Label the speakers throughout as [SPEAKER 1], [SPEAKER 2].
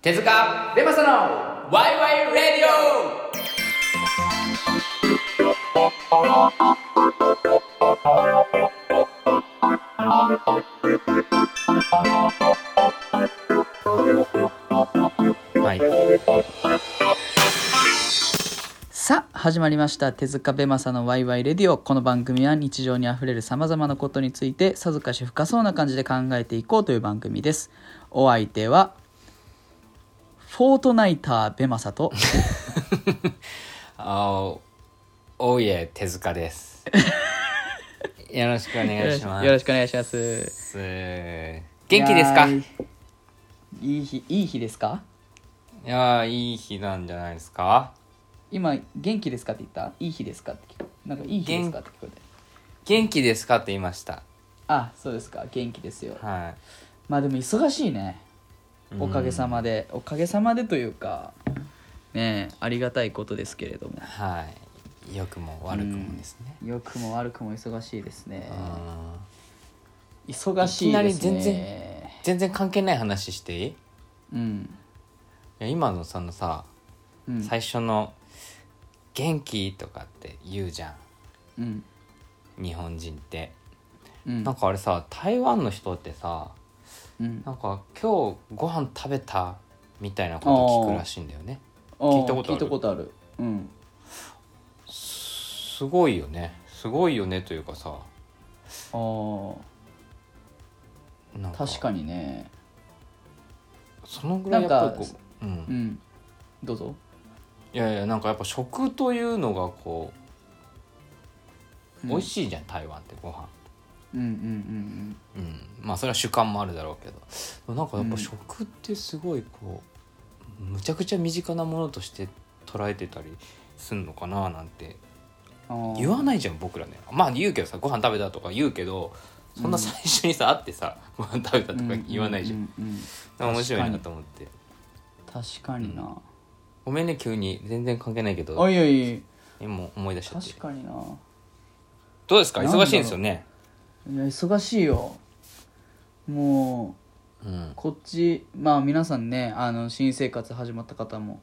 [SPEAKER 1] 手塚レマサのワイワイレディ
[SPEAKER 2] はい。さあ始まりました手塚ベマサのワイワイレディオこの番組は日常にあふれるさまざまなことについてさぞかし深そうな感じで考えていこうという番組ですお相手はフォートナイターベマサと
[SPEAKER 1] オおいえ手塚です よろしくお願いします
[SPEAKER 2] よろしくお願いします
[SPEAKER 1] す元気ですか
[SPEAKER 2] いやーいい日いい日ですか
[SPEAKER 1] いやーいい日なんじゃないですか
[SPEAKER 2] 今元気ですかって言ったいい日ですかって聞こえなんかいい日ですかって聞こえて
[SPEAKER 1] 元気ですかって言いました
[SPEAKER 2] あそうですか元気ですよ
[SPEAKER 1] は
[SPEAKER 2] まあでも忙しいね
[SPEAKER 1] い
[SPEAKER 2] おかげさまで、おかげさまでというかねえありがたいことですけれども
[SPEAKER 1] うんはい良くも悪くもですね
[SPEAKER 2] 良くも悪くも忙しいですね
[SPEAKER 1] うん
[SPEAKER 2] 忙し
[SPEAKER 1] い
[SPEAKER 2] いですね
[SPEAKER 1] きなり全然全然関係ない話していいい
[SPEAKER 2] うん、
[SPEAKER 1] や今のそのさ
[SPEAKER 2] うん、
[SPEAKER 1] 最初の「元気?」とかって言うじゃ
[SPEAKER 2] うん
[SPEAKER 1] ん日本人って
[SPEAKER 2] うん
[SPEAKER 1] なんかあれさ台湾の人ってさ
[SPEAKER 2] うん
[SPEAKER 1] なんか「今日ご飯食べた?」みたいなこと聞くらしいんだよね聞いたことある
[SPEAKER 2] 聞いたことあるうん
[SPEAKER 1] すごいよねすごいよねというかさ
[SPEAKER 2] あー
[SPEAKER 1] なん
[SPEAKER 2] 確かにね
[SPEAKER 1] そのぐらいやっぱりこ
[SPEAKER 2] なんか
[SPEAKER 1] う、うん
[SPEAKER 2] う、んどうぞ
[SPEAKER 1] いやいやなんかやっぱ食というのがこう、
[SPEAKER 2] うん
[SPEAKER 1] 美味しいじゃん台湾ってご飯
[SPEAKER 2] うんうんうん
[SPEAKER 1] うんまあそれは主観もあるだろうけどなんかやっ
[SPEAKER 2] う
[SPEAKER 1] ぱ
[SPEAKER 2] ん
[SPEAKER 1] 食ってすごいこう、むちゃくちゃ身近なものとして捉えてたりすんのかななんて
[SPEAKER 2] うんあー
[SPEAKER 1] 言わないじゃん僕らねまあ言うけどさご飯食べたとか言うけどそんな最初にさ、会ってさご飯食べたとか言わないじゃん,、
[SPEAKER 2] うううん
[SPEAKER 1] 面白い
[SPEAKER 2] 確か
[SPEAKER 1] な
[SPEAKER 2] に
[SPEAKER 1] と思って
[SPEAKER 2] 確かにな、
[SPEAKER 1] ごめんね急に全然関係ないけ
[SPEAKER 2] あ
[SPEAKER 1] ど
[SPEAKER 2] いやいや
[SPEAKER 1] 今思い出しちゃって
[SPEAKER 2] 確かにな
[SPEAKER 1] どうですか
[SPEAKER 2] なんだろ
[SPEAKER 1] 忙
[SPEAKER 2] う
[SPEAKER 1] しいんですよね
[SPEAKER 2] いや忙しいよも
[SPEAKER 1] うん
[SPEAKER 2] うこっちまあ皆さんねあの新生活始まった方も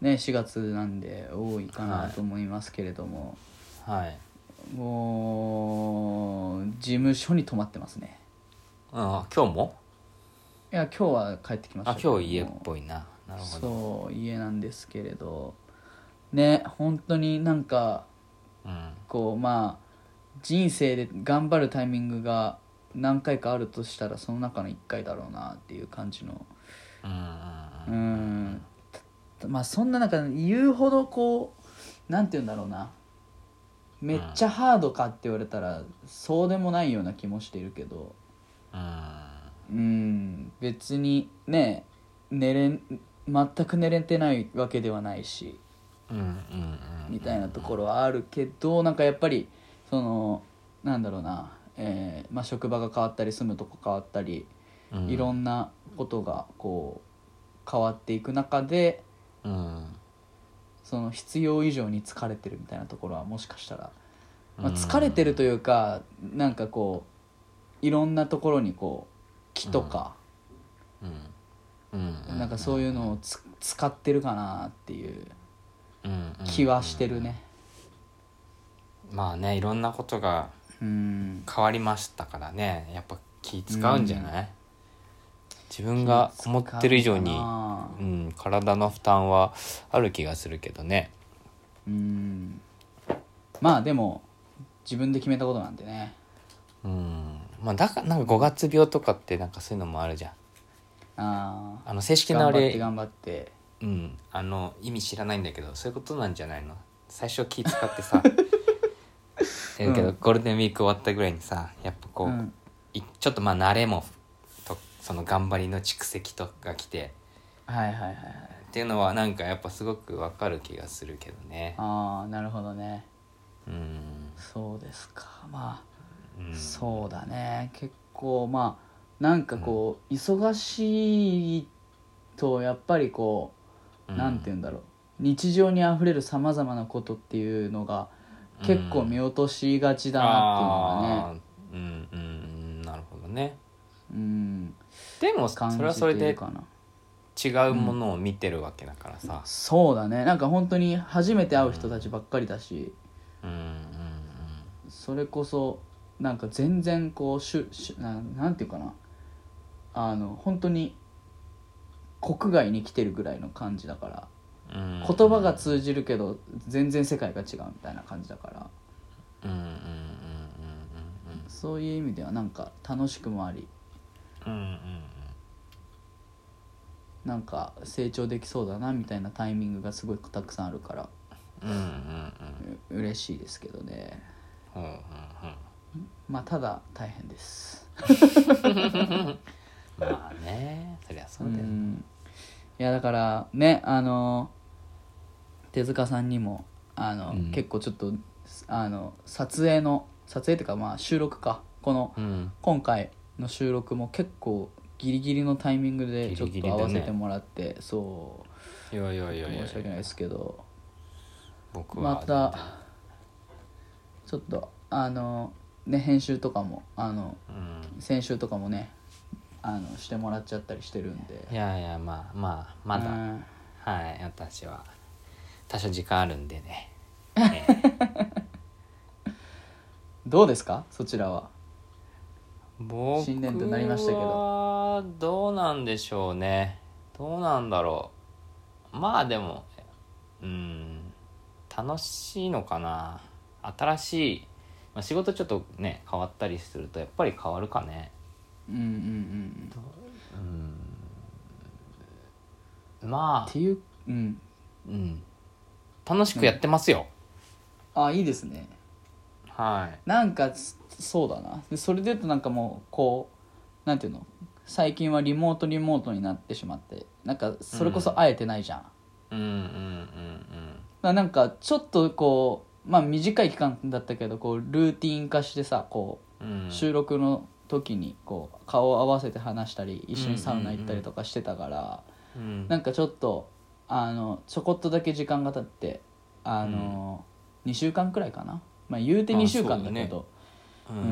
[SPEAKER 2] ね4月なんで多いか
[SPEAKER 1] は
[SPEAKER 2] ないと思いますけれども、
[SPEAKER 1] はい
[SPEAKER 2] もう事務所に泊まってますね
[SPEAKER 1] あ今日も
[SPEAKER 2] いや今日は帰ってきました
[SPEAKER 1] あ
[SPEAKER 2] けども
[SPEAKER 1] 今日家っぽいななるほど
[SPEAKER 2] そう家なんですけれどね本当になんか
[SPEAKER 1] うん
[SPEAKER 2] こうまあ人生で頑張るタイミングが何回かあるとしたらその中の1回だろうなっていう感じの
[SPEAKER 1] うんうんう
[SPEAKER 2] う
[SPEAKER 1] ん
[SPEAKER 2] んまあそんな中言うほどこうなんて言うんだろうなめっちゃハードかって言われたらそうでもないような気もしているけど
[SPEAKER 1] うん
[SPEAKER 2] うん別にね寝れん全く寝れてないわけではないし
[SPEAKER 1] うんうんうん
[SPEAKER 2] みたいなところはあるけどなんかやっぱりそのなんだろうな、えーまあ、職場が変わったり住むとこ変わったり
[SPEAKER 1] うん
[SPEAKER 2] いろんなことがこう変わっていく中で
[SPEAKER 1] うん
[SPEAKER 2] その必要以上に疲れてるみたいなところはもしかしたら、まあ、疲れてるというかなんかこういろんなところにこう気とか、
[SPEAKER 1] うんうんうん
[SPEAKER 2] なんかそういうのをつ使ってるかなっていう
[SPEAKER 1] うんうんうん
[SPEAKER 2] 気はしてるね。
[SPEAKER 1] まあねいろんなことが
[SPEAKER 2] うん
[SPEAKER 1] 変わりましたからねやっぱ気使うんじゃない自分が
[SPEAKER 2] 気使う
[SPEAKER 1] 思ってる以上
[SPEAKER 2] か
[SPEAKER 1] に
[SPEAKER 2] な
[SPEAKER 1] うん体の負担はある気がするけどね
[SPEAKER 2] うんまあでも自分で決めたことなんでね
[SPEAKER 1] うんまあだからなんか5月病とかってなんかそういうのもあるじゃん
[SPEAKER 2] ああ
[SPEAKER 1] あの正式な
[SPEAKER 2] 頑
[SPEAKER 1] あ
[SPEAKER 2] 張って
[SPEAKER 1] れ
[SPEAKER 2] 頑張って
[SPEAKER 1] うん、あの意味知らないんだけどそういうことなんじゃないの最初気使って さえけど、
[SPEAKER 2] うん
[SPEAKER 1] ゴールデンウィーク終わったぐらいにさやっぱこう、
[SPEAKER 2] うん
[SPEAKER 1] いちょっとまあ慣れもとその頑張りの蓄積とか来て
[SPEAKER 2] はいはいはいはい
[SPEAKER 1] っていうのはなんかやっぱすごくわかる気がするけどね
[SPEAKER 2] ああなるほどね
[SPEAKER 1] うん、
[SPEAKER 2] そうですかま
[SPEAKER 1] う
[SPEAKER 2] あ、
[SPEAKER 1] ん、
[SPEAKER 2] そうだね結構まあなんかこう、忙しいとやっぱりこう、
[SPEAKER 1] うん
[SPEAKER 2] なんて言うんだろう日常にあふれるさまざまなことっていうのが結構見落としがちだなっていうの
[SPEAKER 1] っ
[SPEAKER 2] がね、
[SPEAKER 1] ていうのはねうんうんうんなるほどね
[SPEAKER 2] うん、
[SPEAKER 1] でもそ
[SPEAKER 2] 感じ
[SPEAKER 1] れはそれ
[SPEAKER 2] ている
[SPEAKER 1] で
[SPEAKER 2] かな
[SPEAKER 1] 違うものを見てるわけだからさ、
[SPEAKER 2] そうだねなんか本当に初めて会う人たちばっかりだし
[SPEAKER 1] うん、うん
[SPEAKER 2] それこそなんか全然こうしゅしゅななんていうかなあの本当に国外に来てるぐらいの感じだから
[SPEAKER 1] うんうん
[SPEAKER 2] 言葉が通じるけど全然世界が違うみたいな感じだから
[SPEAKER 1] うんうんうんうん
[SPEAKER 2] そういう意味ではなんか楽しくもあり
[SPEAKER 1] うんうんうんうん
[SPEAKER 2] なんか成長できそうだなみたいなタイミングがすごくたくさんあるから
[SPEAKER 1] うんうんうん
[SPEAKER 2] う嬉しいですけどね
[SPEAKER 1] ほうほうほう
[SPEAKER 2] まあただ大変です
[SPEAKER 1] まあねそりゃそうだよね
[SPEAKER 2] んいやだからねあの手塚さんにもあの、
[SPEAKER 1] うん
[SPEAKER 2] 結構ちょっとあの撮影の撮影っていうかまあ収録かこの
[SPEAKER 1] うん
[SPEAKER 2] 今回の収録も結構ギリギリのタイミングでちょっ
[SPEAKER 1] ギリギリ
[SPEAKER 2] と
[SPEAKER 1] だ
[SPEAKER 2] 合
[SPEAKER 1] ね
[SPEAKER 2] わせてもらってそう
[SPEAKER 1] いやいやいやいや
[SPEAKER 2] 申し訳ないですけど
[SPEAKER 1] 僕は
[SPEAKER 2] またちょっとあのね編集とかもあの
[SPEAKER 1] うん
[SPEAKER 2] 先週とかもねあのしてもらっちゃったりしてるんで
[SPEAKER 1] いやいやまあまあまだ、
[SPEAKER 2] うん
[SPEAKER 1] はい私は多少時間あるんでね、ええ
[SPEAKER 2] どうですかそちらは
[SPEAKER 1] 僕
[SPEAKER 2] 新年となりましたけど
[SPEAKER 1] はどうなんでしょうねどうなんだろうまあでもうん楽しいのかな新しい、まあ、仕事ちょっとね変わったりするとやっぱり変わるかね
[SPEAKER 2] うんうんうん
[SPEAKER 1] うんま
[SPEAKER 2] って
[SPEAKER 1] あ、
[SPEAKER 2] いううん
[SPEAKER 1] うん、楽しくやってますよ、
[SPEAKER 2] あいいですね
[SPEAKER 1] はい
[SPEAKER 2] なんかそそうだなでそれで言うとなんかもうこうなんていうの最近はリモートリモートになってしまってなんかそれこそ会えてないじゃん、
[SPEAKER 1] うんうんうん
[SPEAKER 2] ななんかちょっとこうまあ短い期間だったけどこうルーティン化してさこ
[SPEAKER 1] うんうん
[SPEAKER 2] う収録の時にこう顔を合わせて話したり一緒にサウナ行ったりとかしてたから、
[SPEAKER 1] うん
[SPEAKER 2] なんかちょっとあのちょこっとだけ時間が経ってあの、2週間くらいかな、まあ、言うて
[SPEAKER 1] まあ
[SPEAKER 2] 2週間だけ
[SPEAKER 1] そう
[SPEAKER 2] ど
[SPEAKER 1] う
[SPEAKER 2] うん、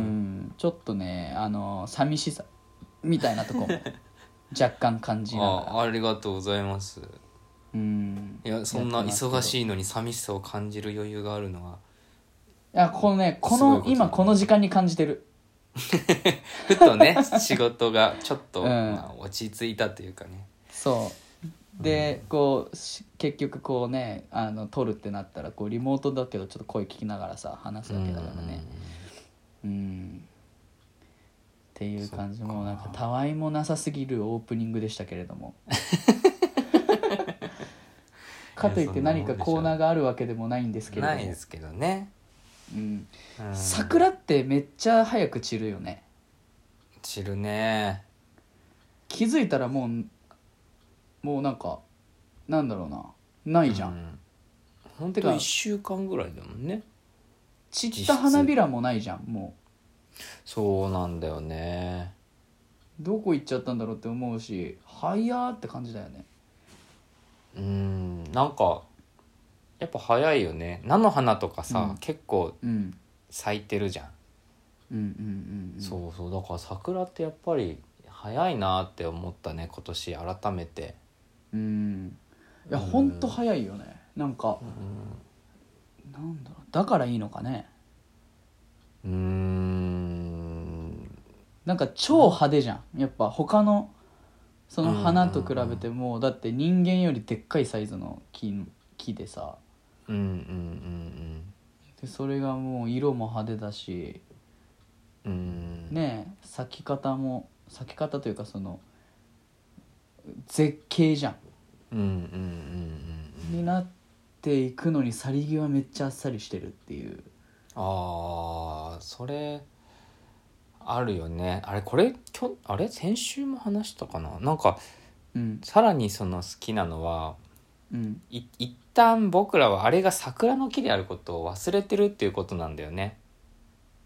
[SPEAKER 1] ん
[SPEAKER 2] ちょっとねあの寂しさみたいなとこ も若干感じながら
[SPEAKER 1] あありがとうございます
[SPEAKER 2] うん
[SPEAKER 1] いやそんな忙
[SPEAKER 2] い
[SPEAKER 1] しいのに寂しさを感じる余裕があるのは
[SPEAKER 2] やこのねこ
[SPEAKER 1] すごい
[SPEAKER 2] の
[SPEAKER 1] こと
[SPEAKER 2] 今この時間に感じてる
[SPEAKER 1] ふと ね仕事がちょっと、
[SPEAKER 2] うん
[SPEAKER 1] まあ落ち着いたというかね
[SPEAKER 2] そうで、こうし結局こうねあの撮るってなったらこうリモートだけどちょっと声聞きながらさ話すだけだからねうんっていう感じもうなんかたわいもなさすぎるオープニングでしたけれど もかといって何かコーナーがあるわけでもないんですけれど
[SPEAKER 1] な
[SPEAKER 2] も
[SPEAKER 1] いですけどね、
[SPEAKER 2] うん、
[SPEAKER 1] うん、
[SPEAKER 2] 桜ってめっちゃ早く散るよね
[SPEAKER 1] 散るね
[SPEAKER 2] 気づいたらもうもうなんかなんだろうなないじゃん、
[SPEAKER 1] うん、ほんと
[SPEAKER 2] てか
[SPEAKER 1] 1週間ぐらいだもんね
[SPEAKER 2] 散った花びらもないじゃんもう
[SPEAKER 1] そうなんだよね
[SPEAKER 2] どこ行っちゃったんだろうって思うし早ーって感じだよね
[SPEAKER 1] うんなんかやっぱ早いよね菜の花とかさ、
[SPEAKER 2] うん
[SPEAKER 1] 結構
[SPEAKER 2] うん
[SPEAKER 1] 咲いてるじゃん
[SPEAKER 2] うんうんうんうん
[SPEAKER 1] そうそうだから桜ってやっぱり早いなって思ったね今年改めて、
[SPEAKER 2] うんいや
[SPEAKER 1] うん
[SPEAKER 2] ほんと早いよねなんか
[SPEAKER 1] う
[SPEAKER 2] なんだろうだからいいのかね
[SPEAKER 1] ん、うーん
[SPEAKER 2] なんか超派手じゃんやっぱ他のその花と比べてもうだって人間よりでっかいサイズの木木でさ
[SPEAKER 1] うんうんうん
[SPEAKER 2] でそれがもう色も派手だし
[SPEAKER 1] うんうん
[SPEAKER 2] ねえ咲き方も咲き方というかその絶景じゃん
[SPEAKER 1] うんうんうんうん
[SPEAKER 2] になっていくのに去り際めっちゃあっさりしてるっていう
[SPEAKER 1] あーそれあるよねあれこれきょあれ先週も話したかななんか
[SPEAKER 2] うん
[SPEAKER 1] さらにその好きなのは
[SPEAKER 2] うん
[SPEAKER 1] い一旦僕らはあれが桜の木であることを忘れてるっていうことなんだよね。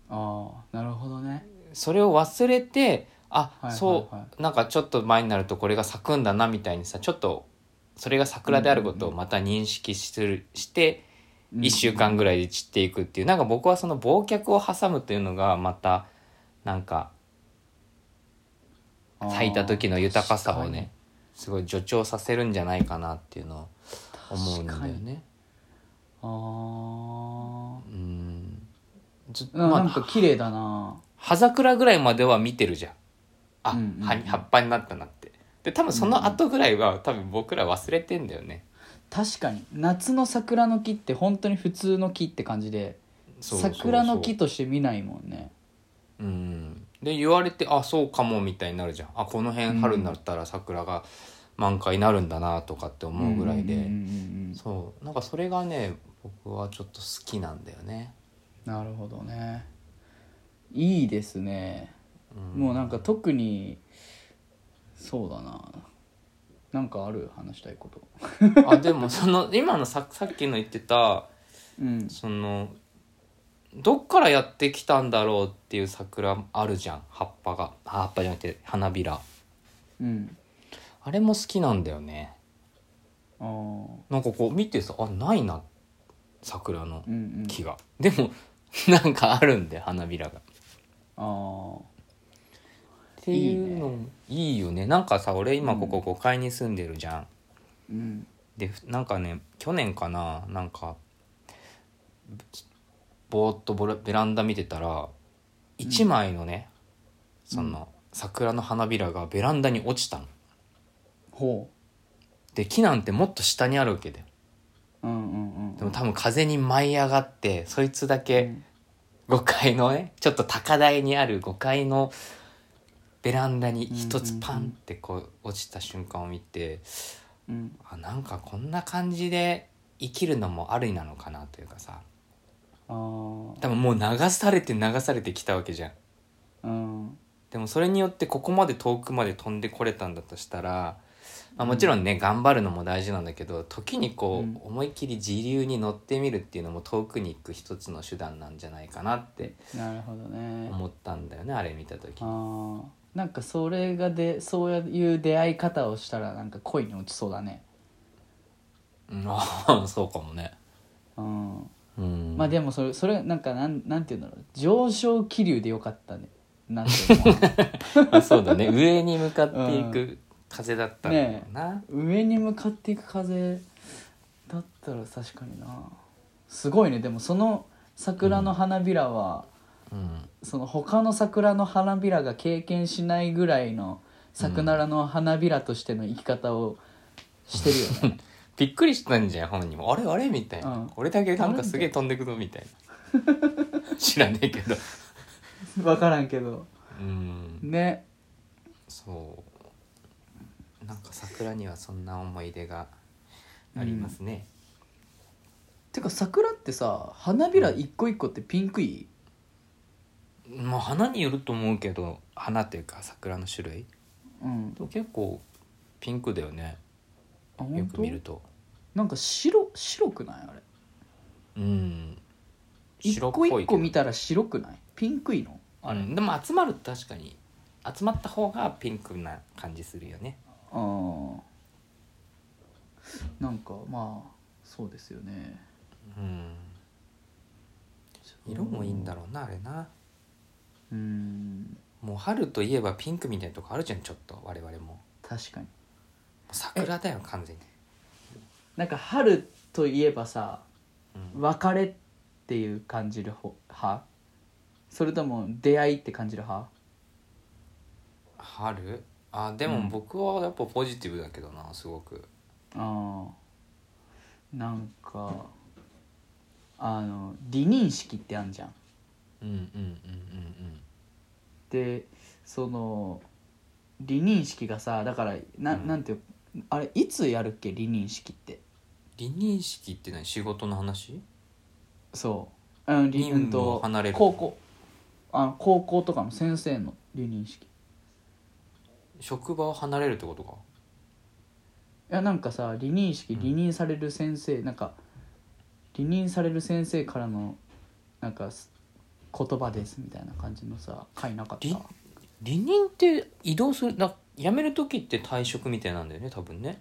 [SPEAKER 2] ああなるほどね
[SPEAKER 1] それを忘れてあ、
[SPEAKER 2] はいはいはい
[SPEAKER 1] そうなんかちょっと前になるとこれが咲くんだなみたいにさちょっとそれが桜であることをまた認識する、して
[SPEAKER 2] うん
[SPEAKER 1] 1週間ぐらいで散っていくっていう、なんか僕はその忘却を挟むというのがまたなんか
[SPEAKER 2] あー
[SPEAKER 1] 咲いた時の豊かさをねすごい助長させるんじゃないかなっていうのを思うんだよね。
[SPEAKER 2] あ
[SPEAKER 1] うんずっ
[SPEAKER 2] あ、な
[SPEAKER 1] ま
[SPEAKER 2] ん
[SPEAKER 1] あ
[SPEAKER 2] か綺麗だな
[SPEAKER 1] 葉桜ぐらいまでは見てるじゃんあ、
[SPEAKER 2] うんうんうん
[SPEAKER 1] 葉に葉っぱになったなってで多分その後ぐらいは多分僕ら忘れてんだよね
[SPEAKER 2] 確かに夏の桜の木って本当に普通の木って感じで
[SPEAKER 1] そう
[SPEAKER 2] 桜の木
[SPEAKER 1] そう
[SPEAKER 2] として見ないもんね
[SPEAKER 1] そううんで言われてあそうかもみたいになるじゃんあこの辺春になったら桜が満開になるんだなとかって思うぐらいで、
[SPEAKER 2] んんうんうん
[SPEAKER 1] そうなんかそれがね僕はちょっと好きなんだよね、
[SPEAKER 2] なるほどねいいですね
[SPEAKER 1] うん
[SPEAKER 2] もうなんか特にそうだななんかある話したいこと
[SPEAKER 1] あでもその今のささっきの言ってた
[SPEAKER 2] うん
[SPEAKER 1] そのどっからやってきたんだろうっていう桜あるじゃん葉っぱがあ葉っぱじゃなくて花びら
[SPEAKER 2] うん
[SPEAKER 1] あれも好きなんだよね
[SPEAKER 2] ああう
[SPEAKER 1] なんかこう見てさあないな桜の
[SPEAKER 2] んうん
[SPEAKER 1] 木が、でもなんかあるんだよ花びらがっ
[SPEAKER 2] あ
[SPEAKER 1] ていうのいいよねなんかさ俺今ここ5階に住んでるじゃん、
[SPEAKER 2] ーうん
[SPEAKER 1] でふなんかね去年かななんかぶぼーっとボラベランダ見てたら一枚のね、その桜の花びらがベランダに落ちたの。
[SPEAKER 2] ほ
[SPEAKER 1] で木なんてもっと下にあるわけだよ
[SPEAKER 2] ううんうんうん
[SPEAKER 1] でも多分風に舞い上がってそいつだ
[SPEAKER 2] う
[SPEAKER 1] け
[SPEAKER 2] ん
[SPEAKER 1] 5階のねちょっと高台にある5階のベランダに一
[SPEAKER 2] うんうん
[SPEAKER 1] つ
[SPEAKER 2] うん
[SPEAKER 1] パンってこう落ちた瞬間を見て
[SPEAKER 2] うん
[SPEAKER 1] あなんかこんな感じで生きるのもありなのかなというかさ
[SPEAKER 2] あー
[SPEAKER 1] 多分もう流されて流されてきたわけじゃん
[SPEAKER 2] うん
[SPEAKER 1] でもそれによってここまで遠くまで飛んでこれたんだとしたら、まあ、もちろんね頑張るのも大事なんだけど時にこ
[SPEAKER 2] うん
[SPEAKER 1] う思いっきり自流に乗ってみるっていうのも遠くに行く一つの手段なんじゃないかなって
[SPEAKER 2] なるほどね
[SPEAKER 1] 思ったんだよねあれ見た時
[SPEAKER 2] あーなんかそれがでそういう出会い方をしたらなんか恋に落ちそうだね
[SPEAKER 1] うんああそうかもね
[SPEAKER 2] うん
[SPEAKER 1] うん
[SPEAKER 2] まあでもそれそれなんかなんなんていうんだろう上昇気流でよかったねなんていう のか
[SPEAKER 1] あそうだね上に向かっていく風だったんだよな、
[SPEAKER 2] な上に向かっていく風だったら確かになすごいねでもその桜の花びらは、
[SPEAKER 1] うん
[SPEAKER 2] その他の桜の花びらが経験しないぐらいの桜の花びらとしての生き方をしてるよね、
[SPEAKER 1] びっくりしたんじゃん本人もあれあれみたいな、
[SPEAKER 2] うん
[SPEAKER 1] 俺だけなんかすげえ飛んでくぞみたいな 知らねえけど
[SPEAKER 2] 分からんけど
[SPEAKER 1] うん
[SPEAKER 2] ね
[SPEAKER 1] そうなんか桜にはそんな思い出がありますね、
[SPEAKER 2] てか桜ってさ花びら一個一個ってピンクい
[SPEAKER 1] まあ花によると思うけど花っていうか桜の種類
[SPEAKER 2] うん
[SPEAKER 1] と結構ピンクだよね
[SPEAKER 2] あ
[SPEAKER 1] よ
[SPEAKER 2] 本
[SPEAKER 1] く
[SPEAKER 2] 当
[SPEAKER 1] 見ると
[SPEAKER 2] なんか白白くないあれ
[SPEAKER 1] うん
[SPEAKER 2] 一
[SPEAKER 1] 白っぽ
[SPEAKER 2] 個
[SPEAKER 1] いけど
[SPEAKER 2] 一個見たら白くないピンクいの
[SPEAKER 1] あれ、でも集まると確かに集まった方がピンクな感じするよね
[SPEAKER 2] ああなんかまあそうですよね
[SPEAKER 1] うん色もいいんだろうなあれな
[SPEAKER 2] うん
[SPEAKER 1] もう春といえばピンクみたいなとこあるじゃんちょっと我々も
[SPEAKER 2] 確かに
[SPEAKER 1] 桜だよ完全に、
[SPEAKER 2] なんか春といえばさ
[SPEAKER 1] うん
[SPEAKER 2] 別れっていう感じる方派それとも出会いって感じる派
[SPEAKER 1] 春あで
[SPEAKER 2] う
[SPEAKER 1] も
[SPEAKER 2] ん
[SPEAKER 1] 僕はやっぱポジティブだけどなすごく
[SPEAKER 2] ああなんかあの離任式ってあんじゃん
[SPEAKER 1] うんうんうん
[SPEAKER 2] でその離任式がさだからな,、
[SPEAKER 1] うん
[SPEAKER 2] ん、なんていうあれいつやるっけ離任式って
[SPEAKER 1] 離任式って何仕事の話
[SPEAKER 2] そう、うん、離
[SPEAKER 1] 任務
[SPEAKER 2] うんと
[SPEAKER 1] を離れる
[SPEAKER 2] 高校あの高校とかの先生の離任式い
[SPEAKER 1] 職場を離れるってことか
[SPEAKER 2] やなんかさ離任式
[SPEAKER 1] うん
[SPEAKER 2] 離任される先生、なんか離任される先生からのなんかす言葉ですみたいな感じのさ回なかった
[SPEAKER 1] 離離任って移動するな辞める時って退職みたいなんだよね多分ね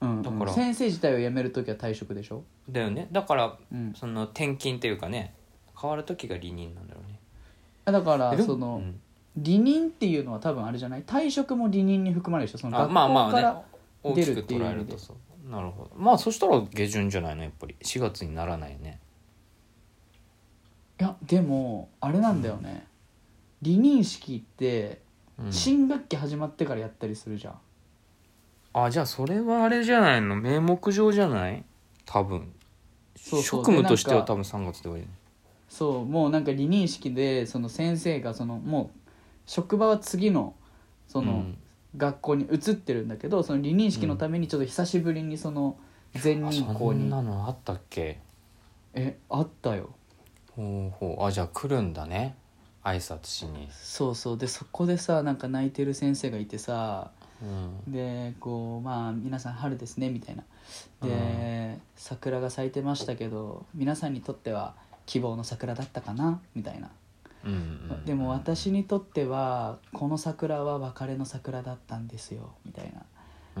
[SPEAKER 2] うんうん
[SPEAKER 1] だから
[SPEAKER 2] 先生自体を辞める時は退職でしょ、
[SPEAKER 1] だよねだから
[SPEAKER 2] うん、
[SPEAKER 1] その転勤っていうかね変わる時が離任なんだろうね
[SPEAKER 2] だから
[SPEAKER 1] えでも
[SPEAKER 2] その、
[SPEAKER 1] うん
[SPEAKER 2] 離任っていうのは多分あれじゃない退職も離任に含まれるでしょその
[SPEAKER 1] あ
[SPEAKER 2] 学
[SPEAKER 1] まあま
[SPEAKER 2] 校
[SPEAKER 1] あ
[SPEAKER 2] か
[SPEAKER 1] ね
[SPEAKER 2] ら
[SPEAKER 1] 大
[SPEAKER 2] 出
[SPEAKER 1] き
[SPEAKER 2] る
[SPEAKER 1] く
[SPEAKER 2] っていう
[SPEAKER 1] 捉
[SPEAKER 2] 意
[SPEAKER 1] える
[SPEAKER 2] 味で
[SPEAKER 1] とそうなるほどまあそしたら下旬じゃないのやっぱり4月にならないね
[SPEAKER 2] いやでもあれなんだよね、離任式って
[SPEAKER 1] うん
[SPEAKER 2] 新学期始まってからやったりするじゃん、
[SPEAKER 1] あじゃあそれはあれじゃないの名目上じゃない多分
[SPEAKER 2] そうそう
[SPEAKER 1] 職務としては
[SPEAKER 2] で
[SPEAKER 1] 多分3月で終わり
[SPEAKER 2] そうもうなんか離任式でその先生がそのもう職場は次のその、
[SPEAKER 1] うん
[SPEAKER 2] 学校に移ってるんだけどその離任式のためにちょっと久しぶりにその前
[SPEAKER 1] あ
[SPEAKER 2] 任
[SPEAKER 1] そ
[SPEAKER 2] 校
[SPEAKER 1] ん
[SPEAKER 2] に、
[SPEAKER 1] なのあったっけ
[SPEAKER 2] えあったよ
[SPEAKER 1] ほうほうあじゃあ来るんだね挨拶しに、
[SPEAKER 2] そうそうでそこでさなんか泣いてる先生がいてさ
[SPEAKER 1] うん、
[SPEAKER 2] でこうまあ皆さん春ですねみたいなで、桜が咲いてましたけど皆さんにとっては希望の桜だったかなみたいな、
[SPEAKER 1] うんうん
[SPEAKER 2] でも私にとってはこの桜は別れの桜だったんですよみたいな、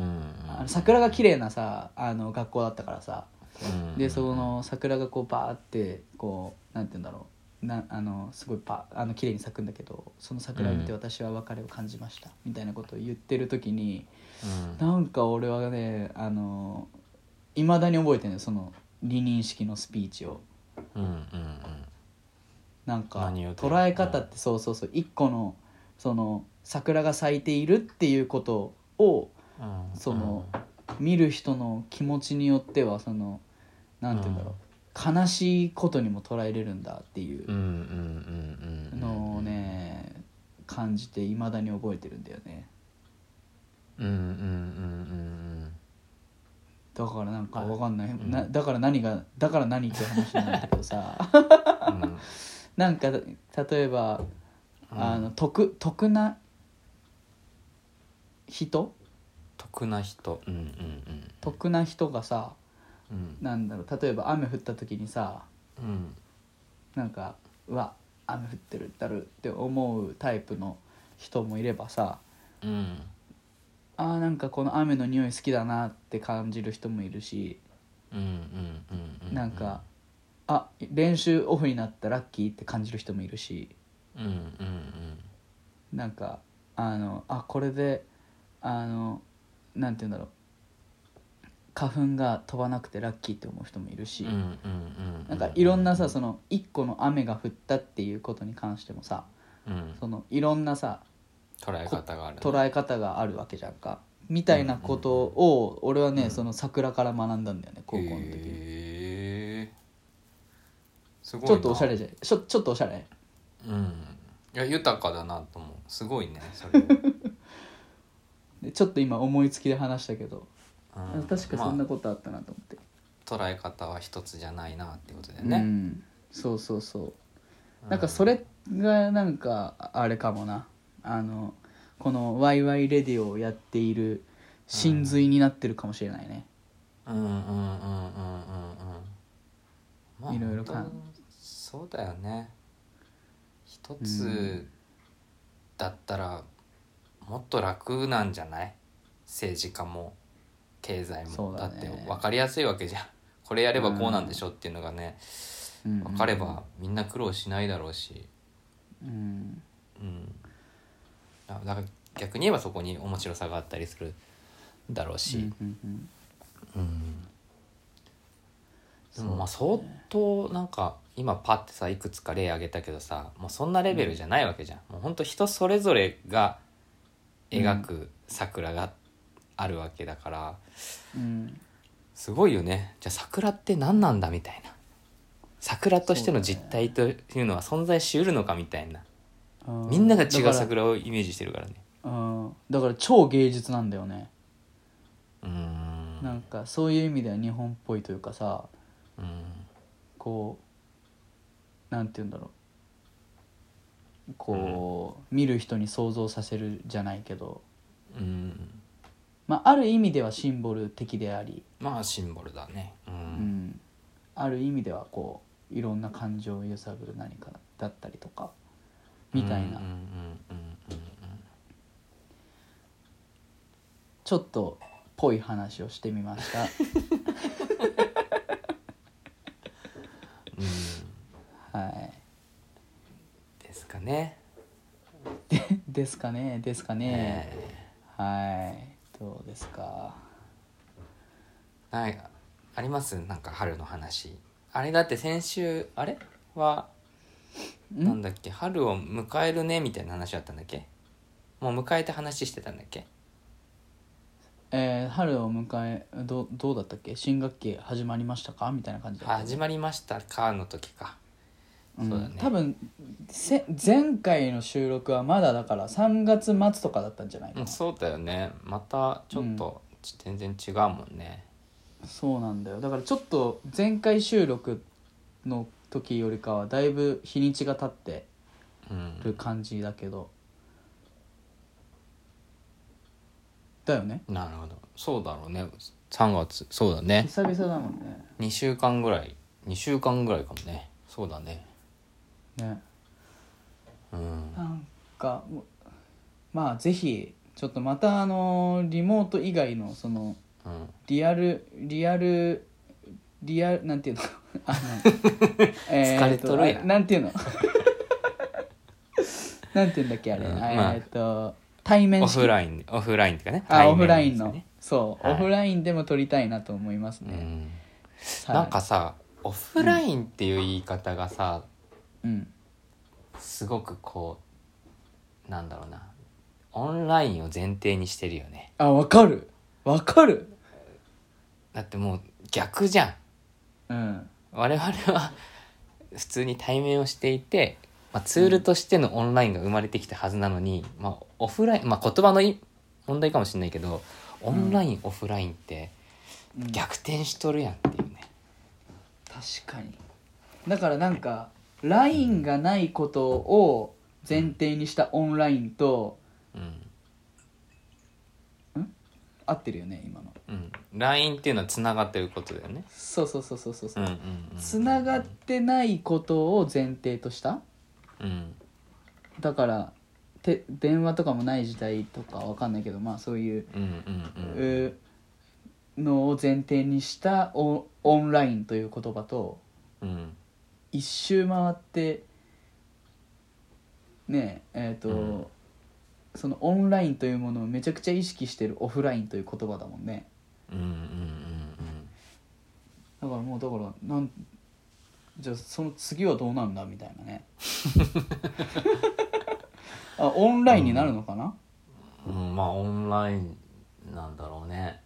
[SPEAKER 1] うんうん
[SPEAKER 2] あの桜が綺麗なさあの学校だったからさ、
[SPEAKER 1] うん
[SPEAKER 2] でその桜がこうバーってこうなんて言うんだろうなあのすごいパあの綺麗に咲くんだけどその桜を見て
[SPEAKER 1] うん
[SPEAKER 2] 私は別れを感じました、みたいなことを言ってる時に
[SPEAKER 1] うん
[SPEAKER 2] なんか俺はねあのいまだに覚えてるのよその離任式のスピーチを
[SPEAKER 1] うんうんうん
[SPEAKER 2] なんか
[SPEAKER 1] 何を言ってる
[SPEAKER 2] 捉え方ってそうそうそう一個のその桜が咲いているっていうことを
[SPEAKER 1] うん
[SPEAKER 2] その見る人の気持ちによってはそのなんて言うんだろう、悲しいことにも捉えれるんだってい
[SPEAKER 1] うん
[SPEAKER 2] う
[SPEAKER 1] うんうんうんうん
[SPEAKER 2] のをね感じていまだに覚えてるんだよね
[SPEAKER 1] うんうんうんうん
[SPEAKER 2] だからなんか
[SPEAKER 1] はい
[SPEAKER 2] わかんない、
[SPEAKER 1] ん
[SPEAKER 2] なだから何がだから何って話になるんだけどさ
[SPEAKER 1] うんうん
[SPEAKER 2] なんか例えば
[SPEAKER 1] うん
[SPEAKER 2] あの得得な人
[SPEAKER 1] 得な人うんうん
[SPEAKER 2] 得な人がさ
[SPEAKER 1] うんうん
[SPEAKER 2] なんだろう例えば雨降った時にさ
[SPEAKER 1] うん
[SPEAKER 2] なんかうわ雨降ってるだるって思うタイプの人もいればさ
[SPEAKER 1] うん
[SPEAKER 2] あーなんかこの雨の匂い好きだなって感じる人もいるし
[SPEAKER 1] うんうんうんう
[SPEAKER 2] なんかあ練習オフになったラッキーって感じる人もいるし
[SPEAKER 1] うんうんうん
[SPEAKER 2] なんかあのあこれであのなんて言うんだろう花粉が飛ばなくてラッキーって思う人もいるし、
[SPEAKER 1] うんうんうんう
[SPEAKER 2] なんかいろんなさその一個の雨が降ったっていうことに関してもさ
[SPEAKER 1] うん
[SPEAKER 2] そのいろんなさ
[SPEAKER 1] 捉え方があるね
[SPEAKER 2] 捉え方があるわけじゃんかみたいなことを俺はね、その桜から学んだんだよね高校の時に、
[SPEAKER 1] へえすごいな
[SPEAKER 2] ちょっとおしゃれじゃんちょちょっとおしゃれ
[SPEAKER 1] うんいや豊かだなと思うすごいねそ れは、
[SPEAKER 2] でちょっと今思いつきで話したけど、
[SPEAKER 1] う
[SPEAKER 2] 確かそん
[SPEAKER 1] ま
[SPEAKER 2] なことあったなと思って、
[SPEAKER 1] あ捉え方は一つじゃないなってことだよね、
[SPEAKER 2] うんそうそうそうなんかそれがなんかあれかもなあのこの「ワイワイレディオ」をやっている真髄になってるかもしれないね、
[SPEAKER 1] うんうんうんうんうんうんまあ
[SPEAKER 2] いろいろか
[SPEAKER 1] 本当そうだよね一つだったらもっと楽なんじゃない政治家も経済
[SPEAKER 2] そ
[SPEAKER 1] も
[SPEAKER 2] う
[SPEAKER 1] だ,、
[SPEAKER 2] だ
[SPEAKER 1] っ
[SPEAKER 2] ね
[SPEAKER 1] て分かりやすいわけじゃんこれやればこうなんでしょっていうのがね、
[SPEAKER 2] うん
[SPEAKER 1] 分かればみんな苦労しないだろうし、
[SPEAKER 2] うん
[SPEAKER 1] うん、だだから逆に言えばそこに面白さがあったりするだろうし、
[SPEAKER 2] うんうんう
[SPEAKER 1] う
[SPEAKER 2] ん
[SPEAKER 1] んでもまあ相当なんか今パッてさいくつか例挙げたけどさもうそんなレベルじゃないわけじゃん、もうほんと人それぞれが描く桜があるわけだから、
[SPEAKER 2] うん
[SPEAKER 1] すごいよねじゃあ桜って何なんだみたいな桜としての実態というのは存在しうるのかみたいな、
[SPEAKER 2] あー
[SPEAKER 1] みんなが違
[SPEAKER 2] だ
[SPEAKER 1] う
[SPEAKER 2] から
[SPEAKER 1] 桜をイメージしてるからね
[SPEAKER 2] うんだから超芸術なんだよね、
[SPEAKER 1] うーん
[SPEAKER 2] なんかそういう意味では日本っぽいというかさ
[SPEAKER 1] うん
[SPEAKER 2] こうなんて言うんだろうこう、見る人に想像させるじゃないけど、
[SPEAKER 1] うん
[SPEAKER 2] まあ、ある意味ではシンボル的であり、
[SPEAKER 1] まあシンボルだねう
[SPEAKER 2] うんん、ある意味ではこういろんな感情を揺さぶる何かだったりとかみたいな、
[SPEAKER 1] うんうんうんうんうん
[SPEAKER 2] ちょっとぽい話をしてみました
[SPEAKER 1] うん
[SPEAKER 2] はい。
[SPEAKER 1] ですかね。
[SPEAKER 2] ですかねですかね、はいどうですか
[SPEAKER 1] ないありますなんか春の話あれだって先週あれは
[SPEAKER 2] ん
[SPEAKER 1] なんだっけ春を迎えるねみたいな話だったんだっけもう迎えて話してたんだっけ
[SPEAKER 2] えー春を迎えどどうだったっけ新学期始まりましたかみたいな感じだった
[SPEAKER 1] 始まりましたかの時か
[SPEAKER 2] うん
[SPEAKER 1] そうだね
[SPEAKER 2] 多分せ前回の収録はまだだから3月末とかだったんじゃないか
[SPEAKER 1] う
[SPEAKER 2] な、
[SPEAKER 1] んそうだよねまたちょっとち全然違うもんね
[SPEAKER 2] そうなんだよだからちょっと前回収録の時よりかはだいぶ日にちが経って
[SPEAKER 1] うん
[SPEAKER 2] る感じだけど、だよね
[SPEAKER 1] なるほどそうだろうね3月そうだね
[SPEAKER 2] 久々だもんね
[SPEAKER 1] 2週間ぐらい2週間ぐらいかもねそうだね
[SPEAKER 2] ね
[SPEAKER 1] うん
[SPEAKER 2] なんかもうまあぜひちょっとまたあのリモート以外のその
[SPEAKER 1] うん
[SPEAKER 2] リアルリアルリアルなんていうの あの
[SPEAKER 1] 疲れとるやん
[SPEAKER 2] えーあなんていうの なんていうんだっけあれ、
[SPEAKER 1] うん
[SPEAKER 2] え
[SPEAKER 1] まあ
[SPEAKER 2] ーっと対面
[SPEAKER 1] オ
[SPEAKER 2] 式
[SPEAKER 1] フラインオフラインっていうかね
[SPEAKER 2] あ
[SPEAKER 1] 対
[SPEAKER 2] オフ
[SPEAKER 1] 面
[SPEAKER 2] ライン
[SPEAKER 1] です
[SPEAKER 2] の、
[SPEAKER 1] よね
[SPEAKER 2] そう、
[SPEAKER 1] はい
[SPEAKER 2] オフラインでも撮りたいなと思います
[SPEAKER 1] う
[SPEAKER 2] ね、
[SPEAKER 1] ん
[SPEAKER 2] はい
[SPEAKER 1] なんかさオフラインっていう言い方がさ
[SPEAKER 2] うん
[SPEAKER 1] すごくこうなんだろうなオンラインを前提にしてるよね
[SPEAKER 2] あわかるわかる
[SPEAKER 1] だってもう逆じゃん
[SPEAKER 2] うん
[SPEAKER 1] 我々は普通に対面をしていて、まあ、ツールとしてのオンラインが生まれてきたはずなのに、まあ、オフライン、まあ、言葉のい問題かもしれないけどオンライン、オフラインって
[SPEAKER 2] うん
[SPEAKER 1] 逆転しとるやんっていうね
[SPEAKER 2] 確かにだからなんか LINE がないことを前提にしたオンラインと
[SPEAKER 1] うん、
[SPEAKER 2] 合ってるよね今の
[SPEAKER 1] うん、LINE っていうのはつながってることだよね
[SPEAKER 2] そうそうそうそうそ
[SPEAKER 1] う
[SPEAKER 2] うそ
[SPEAKER 1] ん
[SPEAKER 2] う
[SPEAKER 1] うんうん
[SPEAKER 2] つながってないことを前提とした
[SPEAKER 1] うん
[SPEAKER 2] だからて電話とかもない時代とかわかんないけどまあそういう
[SPEAKER 1] うんうんうん
[SPEAKER 2] うのを前提にしたオオンラインという言葉と
[SPEAKER 1] うん
[SPEAKER 2] 一周回ってねええっ、と、
[SPEAKER 1] うん
[SPEAKER 2] そのオンラインというものをめちゃくちゃ意識してるオフラインという言葉だもんね
[SPEAKER 1] うんうんうん
[SPEAKER 2] だからもうだからなんじゃあその次はどうなんだみたいなねあオンラインになるのかな、
[SPEAKER 1] うんうんまあオンラインなんだろうね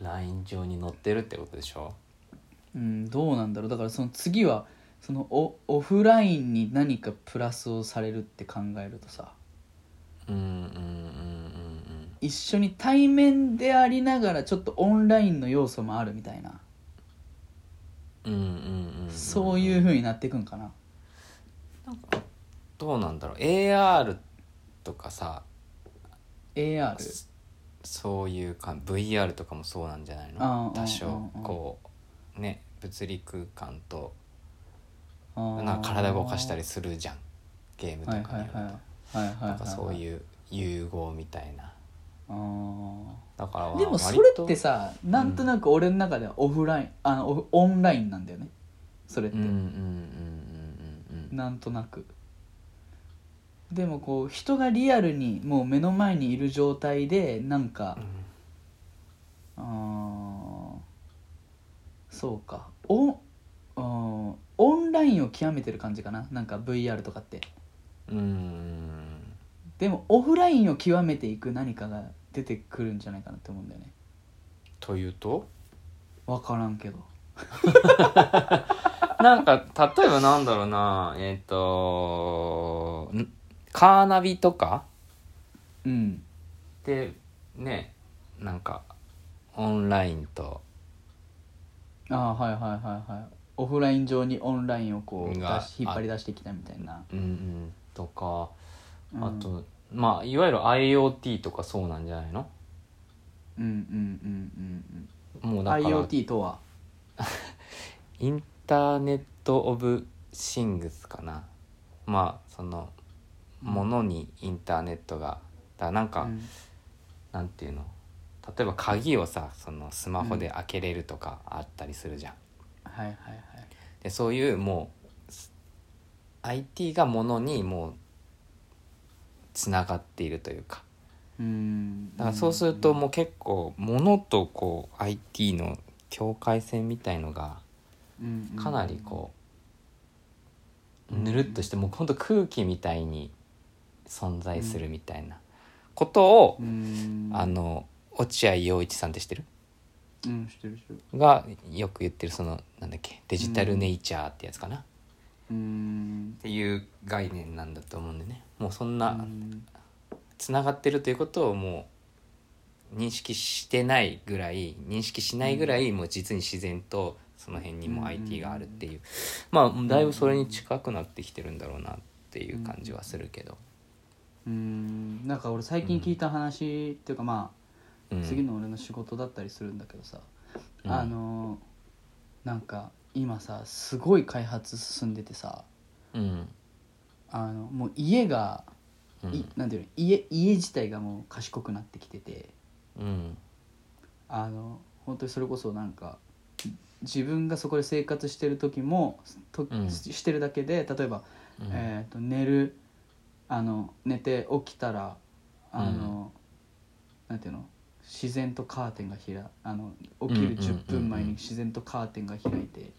[SPEAKER 1] LINE 上に載ってるってことでしょ
[SPEAKER 2] うん、どうなんだろうだからその次はそのオオフラインに何かプラスをされるって考えるとさ
[SPEAKER 1] うんうんうん
[SPEAKER 2] 一緒に対面でありながらちょっとオンラインの要素もあるみたいな
[SPEAKER 1] うんうんうんうんうん
[SPEAKER 2] そういう風になっていくんかな
[SPEAKER 1] どうなんだろう AR とかさ
[SPEAKER 2] AR
[SPEAKER 1] そういうか VR とかもそうなんじゃない
[SPEAKER 2] あ
[SPEAKER 1] の
[SPEAKER 2] ー
[SPEAKER 1] 多
[SPEAKER 2] うん
[SPEAKER 1] 少
[SPEAKER 2] うんうん
[SPEAKER 1] こうね物理空間と
[SPEAKER 2] あー
[SPEAKER 1] なんか体動かしたりするじゃんゲームと
[SPEAKER 2] は
[SPEAKER 1] か
[SPEAKER 2] い
[SPEAKER 1] に
[SPEAKER 2] はいはい
[SPEAKER 1] よる
[SPEAKER 2] はいはい
[SPEAKER 1] と
[SPEAKER 2] は
[SPEAKER 1] ないんかそういう融合みたいな
[SPEAKER 2] あー
[SPEAKER 1] だからまあ
[SPEAKER 2] でもそれっ
[SPEAKER 1] 割
[SPEAKER 2] て
[SPEAKER 1] と
[SPEAKER 2] さなんとなく俺の中ではオフラインあのオフオンラインなんだよねそれって、
[SPEAKER 1] うんうんうんうんうん
[SPEAKER 2] なんとなくでもこう人がリアルにもう目の前にいる状態でなんか
[SPEAKER 1] う、ん
[SPEAKER 2] あーそうかおあーオンラインを極めてる感じかななんか VR とかって
[SPEAKER 1] うんうん
[SPEAKER 2] でもオフラインを極めていく何かが出てくるんじゃないかなって思うんだよね
[SPEAKER 1] というと
[SPEAKER 2] 分からんけど
[SPEAKER 1] なんか例えばなんだろうなえっ、とんカーナビとか
[SPEAKER 2] うん
[SPEAKER 1] ってねなんかオンラインと
[SPEAKER 2] ああはいはいはいはいオフライン上にオンラインをこう出
[SPEAKER 1] が
[SPEAKER 2] し引っ張り出してきたみたいな
[SPEAKER 1] うんうんとか
[SPEAKER 2] うん
[SPEAKER 1] あと、まあいわゆる IoT とかそうなんじゃないの
[SPEAKER 2] うんうんうんうんうん
[SPEAKER 1] もうだから
[SPEAKER 2] IoT とは
[SPEAKER 1] インターネット・オブ・シングスかなまあそのものにインターネットがだからなんか、
[SPEAKER 2] うん
[SPEAKER 1] なんていうの例えば鍵をさそのスマホで開けれるとかあったりするじゃん、
[SPEAKER 2] はいはい
[SPEAKER 1] でそういうもう IT がものにもうつながっているというか
[SPEAKER 2] うん
[SPEAKER 1] だからそうするともう結構物とこう IT の境界線みたいのが
[SPEAKER 2] うん
[SPEAKER 1] かなりこうぬるっとしてもうほんと空気みたいに存在するみたいなことを
[SPEAKER 2] うん
[SPEAKER 1] あの落合陽一さんって知ってる
[SPEAKER 2] うんしてるしてる
[SPEAKER 1] がよく言ってるそのなんだっけデジタルネイチャーってやつかなっ
[SPEAKER 2] うん
[SPEAKER 1] ていう概念なんだと思うんでねもうそん
[SPEAKER 2] う
[SPEAKER 1] なんつながってるということをもう認識してないぐらい認識しないぐらいもう実に自然とその辺にも IT があるっていうまあだいぶそれに近くなってきてるんだろうなっていう感じはするけど、
[SPEAKER 2] うんなんか俺最近聞いた話っていうかま
[SPEAKER 1] う
[SPEAKER 2] あ
[SPEAKER 1] ん、
[SPEAKER 2] 次の俺の仕事だったりするんだけどさ
[SPEAKER 1] うん
[SPEAKER 2] あのなんか今さすごい開発進んでてさ
[SPEAKER 1] うん
[SPEAKER 2] あのもう家が
[SPEAKER 1] うん
[SPEAKER 2] いなんていうの家家自体がもう賢くなってきてて
[SPEAKER 1] うん
[SPEAKER 2] あの本当にそれこそなんか自分がそこで生活してる時もと、
[SPEAKER 1] うん
[SPEAKER 2] ししてるだけで例えば、
[SPEAKER 1] うん
[SPEAKER 2] えー、と寝るあの寝て起きたらあの、なんていうの自然とカーテンが開あの起き
[SPEAKER 1] うんうんうん
[SPEAKER 2] る
[SPEAKER 1] うん
[SPEAKER 2] 10分前に自然とカーテンが開いて、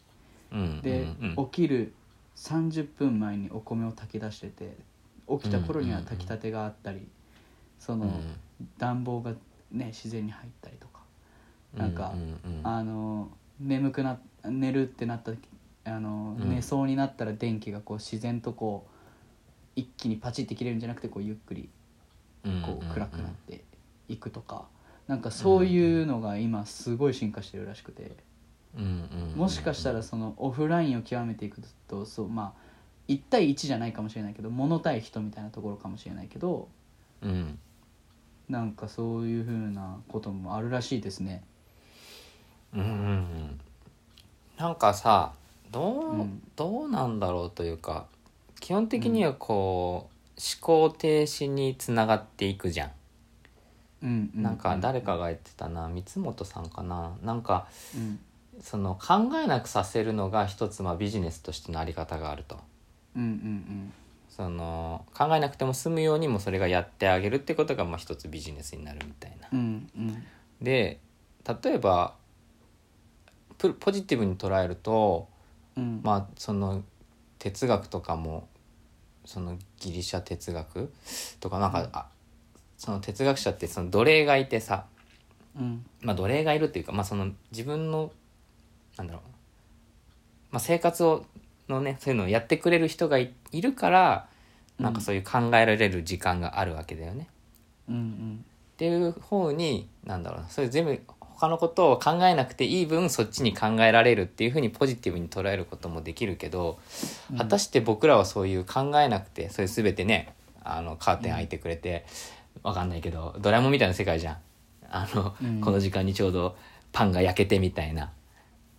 [SPEAKER 1] うん
[SPEAKER 2] で、
[SPEAKER 1] うん
[SPEAKER 2] 起きる30分前にお米を炊き出してて起きた頃には炊きたてがあったり、その、暖房がね自然に入ったりとか、なんか
[SPEAKER 1] うんうん
[SPEAKER 2] あの眠くな寝るってなったあの、
[SPEAKER 1] うん
[SPEAKER 2] 寝そうになったら電気がこう自然とこう一気にパチって切れるんじゃなくてこうゆっくり
[SPEAKER 1] うん
[SPEAKER 2] こ
[SPEAKER 1] うん
[SPEAKER 2] う暗くなっていくとか、なんかそういうのが今すごい進化してるらしくて。
[SPEAKER 1] うんうんうん
[SPEAKER 2] もしかしたらそのオフラインを極めていくとそうまあ1対1じゃないかもしれないけど物対人みたいなところかもしれないけど
[SPEAKER 1] うん
[SPEAKER 2] なんかそういうふうなこともあるらしいですね。
[SPEAKER 1] うんうんうんなんかさどう,、
[SPEAKER 2] うん
[SPEAKER 1] どうなんだろうというか基本的にはこう、思考停止につながっていくじゃん。
[SPEAKER 2] うんう
[SPEAKER 1] なんか誰かが言ってたな三本さんかななんか
[SPEAKER 2] うん
[SPEAKER 1] その考えなくさせるのが一つまあビジネスとしてのあり方があると。
[SPEAKER 2] うんうん
[SPEAKER 1] その考えなくても済むようにもそれがやってあげるってことがまあ一つビジネスになるみたいな
[SPEAKER 2] うんう。んうん
[SPEAKER 1] で例えばプポジティブに捉えると
[SPEAKER 2] うん
[SPEAKER 1] まあその哲学とかもそのギリシャ哲学とかなんか、
[SPEAKER 2] うん
[SPEAKER 1] あその哲学者ってその奴隷がいてさ、
[SPEAKER 2] うん
[SPEAKER 1] まあ、奴隷がいるっていうか、まあ、その自分のなんだろう、まあ、生活をのねそういうのをやってくれる人がいいるからなんかそういう考えられる時間があるわけだよね。
[SPEAKER 2] うんうん
[SPEAKER 1] っていう方になんだろうなそれ全部他のことを考えなくていい分そっちに考えられるっていうふうにポジティブに捉えることもできるけど
[SPEAKER 2] うん
[SPEAKER 1] 果たして僕らはそういう考えなくてそういう全てねあのカーテン開いてくれて、わかんないけどドラえもんみたいな世界じゃんあの、
[SPEAKER 2] うん
[SPEAKER 1] この時間にちょうどパンが焼けてみたいな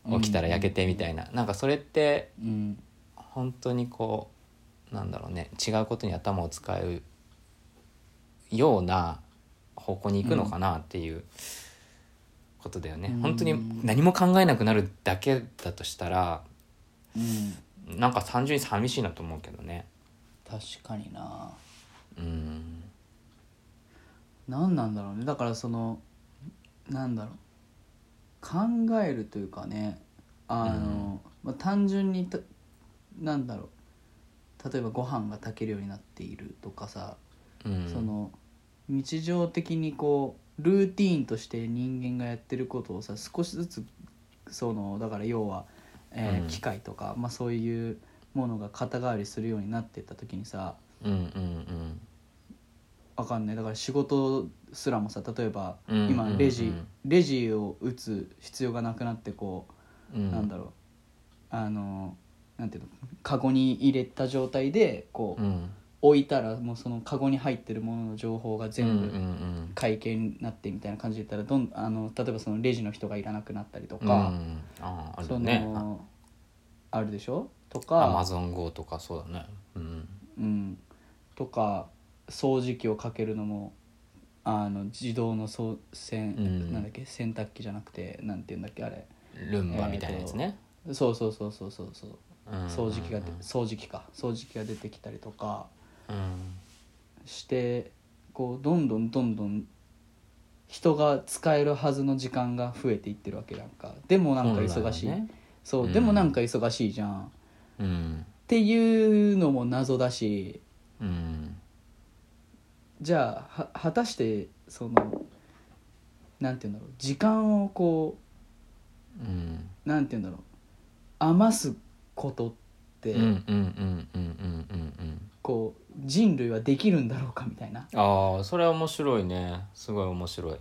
[SPEAKER 2] うん
[SPEAKER 1] 起きたら焼けてみたいな、なんかそれって
[SPEAKER 2] うん
[SPEAKER 1] 本当にこうなんだろうね違うことに頭を使うような方向に行くのかなっていうことだよね、
[SPEAKER 2] うん
[SPEAKER 1] 本当に何も考えなくなるだけだとしたら
[SPEAKER 2] うん
[SPEAKER 1] なんか単純に寂しいなと思うけどね
[SPEAKER 2] 確かにな
[SPEAKER 1] うん
[SPEAKER 2] 何なんだろうねだからそのなんだろう考えるというかねあの、まあ、単純にたなんだろう例えばご飯が炊けるようになっているとかさ、
[SPEAKER 1] うん
[SPEAKER 2] その日常的にこうルーティーンとして人間がやってることをさ少しずつそのだから要は、えー
[SPEAKER 1] うん
[SPEAKER 2] 機械とか、まあ、そういうものが肩代わりするようになってった時にさ
[SPEAKER 1] うんうん
[SPEAKER 2] わかんないだから仕事すらもさ例えば
[SPEAKER 1] うん
[SPEAKER 2] 今
[SPEAKER 1] うん
[SPEAKER 2] レジ、
[SPEAKER 1] うん
[SPEAKER 2] レジを打つ必要がなくなってこ
[SPEAKER 1] う
[SPEAKER 2] う、
[SPEAKER 1] ん
[SPEAKER 2] なんだろうあのなんていうのカゴに入れた状態でこう、
[SPEAKER 1] うん
[SPEAKER 2] 置いたらもうそのカゴに入ってるものの情報が全
[SPEAKER 1] うんう
[SPEAKER 2] 部
[SPEAKER 1] ん
[SPEAKER 2] 会計になってみたいな感じで言ったらどんあの例えばそのレジの人がいらなくなったりと
[SPEAKER 1] うんう
[SPEAKER 2] か、
[SPEAKER 1] んあーあ
[SPEAKER 2] そ
[SPEAKER 1] る
[SPEAKER 2] の
[SPEAKER 1] ね
[SPEAKER 2] あるでしょと
[SPEAKER 1] アマ
[SPEAKER 2] か、
[SPEAKER 1] ゾン GO とかそうだねうん
[SPEAKER 2] うん、とか掃除機をかけるのもあの自動のそうせん、
[SPEAKER 1] うん
[SPEAKER 2] なんだっけ洗濯機じゃなくてなんて言うんだっけあれ
[SPEAKER 1] ルンバみたいなやつね、
[SPEAKER 2] そうそうそうそうそうそう
[SPEAKER 1] うん
[SPEAKER 2] 掃除機がで掃除機か掃除機が出てきたりとか
[SPEAKER 1] うん
[SPEAKER 2] してこうどんどんどんどん人が使えるはずの時間が増えていってるわけなんかでもなんか忙しい、
[SPEAKER 1] 本来はね
[SPEAKER 2] そう、
[SPEAKER 1] うん
[SPEAKER 2] でもなんか忙しいじゃんっ
[SPEAKER 1] うん
[SPEAKER 2] ていうのも謎だし
[SPEAKER 1] うん
[SPEAKER 2] じゃあは果たしてそのなんて言うんだろう時間をこ
[SPEAKER 1] うん
[SPEAKER 2] うなんて言うんだろう余すことって、
[SPEAKER 1] うんうんうんうんうんうんうん
[SPEAKER 2] こう人類はできるんだろうかみたいな
[SPEAKER 1] ああそれは面白いねすごい面白い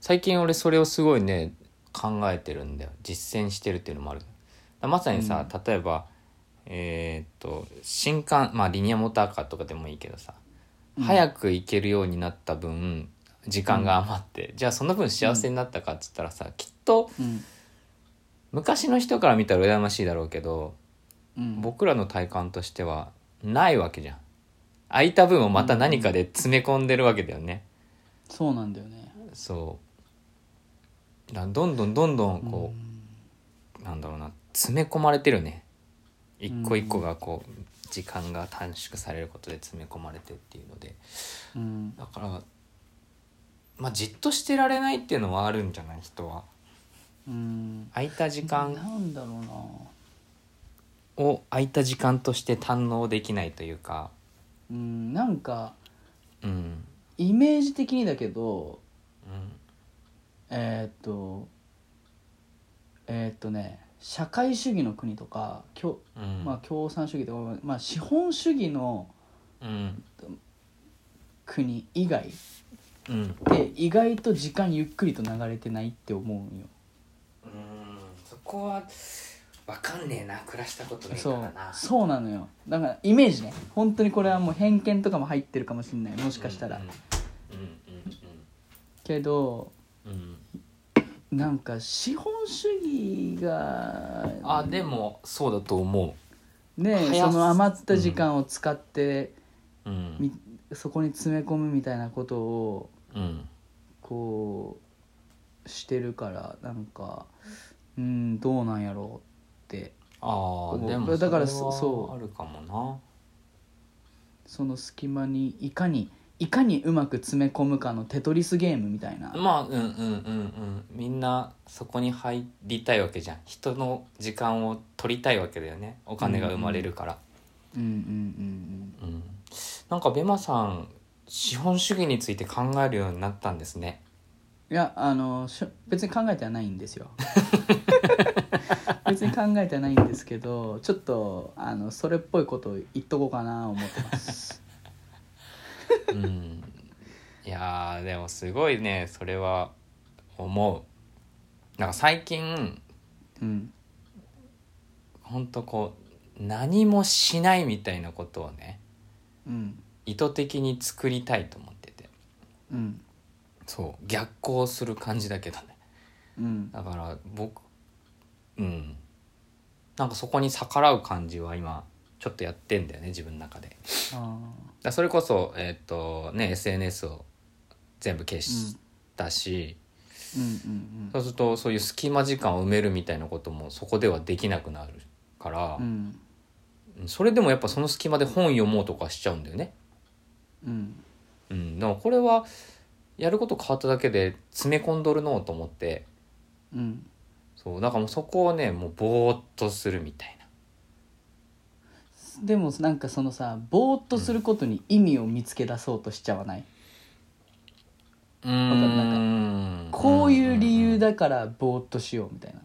[SPEAKER 1] 最近俺それをすごいね考えてるんだよ実践してるっていうのもあるまさにさ、例えばえーっと新幹まあリニアモーターカーとかでもいいけどさ、
[SPEAKER 2] うん
[SPEAKER 1] 早く行けるようになった分時間が余って、じゃあその分幸せになったかっつったらさきっと
[SPEAKER 2] うん
[SPEAKER 1] 昔の人から見たら羨ましいだろうけど
[SPEAKER 2] うん
[SPEAKER 1] 僕らの体感としてはないわけじゃん空いた分をまた何かで詰め込んでるわけだよね、
[SPEAKER 2] そうなんだよね
[SPEAKER 1] そうだどんどんどんどんこう、なんだろうな詰め込まれてるね一個一個がこう時間が短縮されることで詰め込まれてっていうので
[SPEAKER 2] うん、うん
[SPEAKER 1] だからまあじっとしてられないっていうのはあるんじゃない人は
[SPEAKER 2] うん、
[SPEAKER 1] 空いた時間
[SPEAKER 2] なんだろうな
[SPEAKER 1] を空いた時間として堪能できないというか
[SPEAKER 2] うんなんか
[SPEAKER 1] うん
[SPEAKER 2] イメージ的にだけど
[SPEAKER 1] うん
[SPEAKER 2] えーっとえーっとね社会主義の国とか共,、
[SPEAKER 1] うん
[SPEAKER 2] まあ、共産主義とか、まあ、資本主義の
[SPEAKER 1] うん
[SPEAKER 2] 国以外っ
[SPEAKER 1] うん
[SPEAKER 2] て意外と時間ゆっくりと流れてないって思うんよ
[SPEAKER 1] うんそこは分かんねえな暮らしたことねえか
[SPEAKER 2] そ
[SPEAKER 1] ら
[SPEAKER 2] う
[SPEAKER 1] な
[SPEAKER 2] そうなのよだからイメージね本当にこれはもう偏見とかも入ってるかもしんないもしかしたら、
[SPEAKER 1] うんうん
[SPEAKER 2] けど
[SPEAKER 1] うんうん
[SPEAKER 2] なんか資本主義が
[SPEAKER 1] あでもそうだと思
[SPEAKER 2] ね
[SPEAKER 1] 早
[SPEAKER 2] そ
[SPEAKER 1] す
[SPEAKER 2] の余った時間を使って、
[SPEAKER 1] ううん
[SPEAKER 2] みそこに詰め込むみたいなことを
[SPEAKER 1] うん
[SPEAKER 2] こうしてるからなんかうんどうなんやろうって
[SPEAKER 1] ああでも
[SPEAKER 2] だから
[SPEAKER 1] そ
[SPEAKER 2] そそう
[SPEAKER 1] れはあるかも
[SPEAKER 2] その隙間にいかにいかにうまく詰め込むかのテトリスゲームみたいな
[SPEAKER 1] なまあうんうんうんうんみんなそこに入りたいわけじゃん人の時間を取りたいわけだよねお金が生まれるから
[SPEAKER 2] うんうんうん
[SPEAKER 1] うん、なんかベマさん資本主義について考えるようになったんですね
[SPEAKER 2] うんいやあのしょ別に考えてはないんです よ別に考えてはないんですけどちょっとあのそれっぽいことを言っとこうかな思ってます
[SPEAKER 1] うんいやーでもすごいねそれは思うなんか最近
[SPEAKER 2] うん
[SPEAKER 1] ほんとこう何もしないみたいなことをね
[SPEAKER 2] うん
[SPEAKER 1] 意図的に作りたいと思ってて
[SPEAKER 2] うん
[SPEAKER 1] そう逆行する感じだけどね
[SPEAKER 2] うん
[SPEAKER 1] だから僕うんなんかそこに逆らう感じは今ちょっとやってんだよね自分の中でだか
[SPEAKER 2] あ
[SPEAKER 1] らそれこそえっ、とね SNS を全部消したし、
[SPEAKER 2] ーうん
[SPEAKER 1] そうするとそういう隙間時間を埋めるみたいなこともそこではできなくなるから
[SPEAKER 2] うんう、ん
[SPEAKER 1] それでもやっぱその隙間で本読もうとかしちゃうんだよね
[SPEAKER 2] うんうん
[SPEAKER 1] うん、だからこれはやること変わっただけで詰め込んどるのうと思って
[SPEAKER 2] うん
[SPEAKER 1] そうだからもうそこをねもうぼーっとするみたいな
[SPEAKER 2] でもなんかそのさぼーっとすることに意味を見つけ出そうとしちゃわない、
[SPEAKER 1] うー
[SPEAKER 2] わかるなん
[SPEAKER 1] ん
[SPEAKER 2] かこういう理由
[SPEAKER 1] だ
[SPEAKER 2] だからぼーっとしようみたいな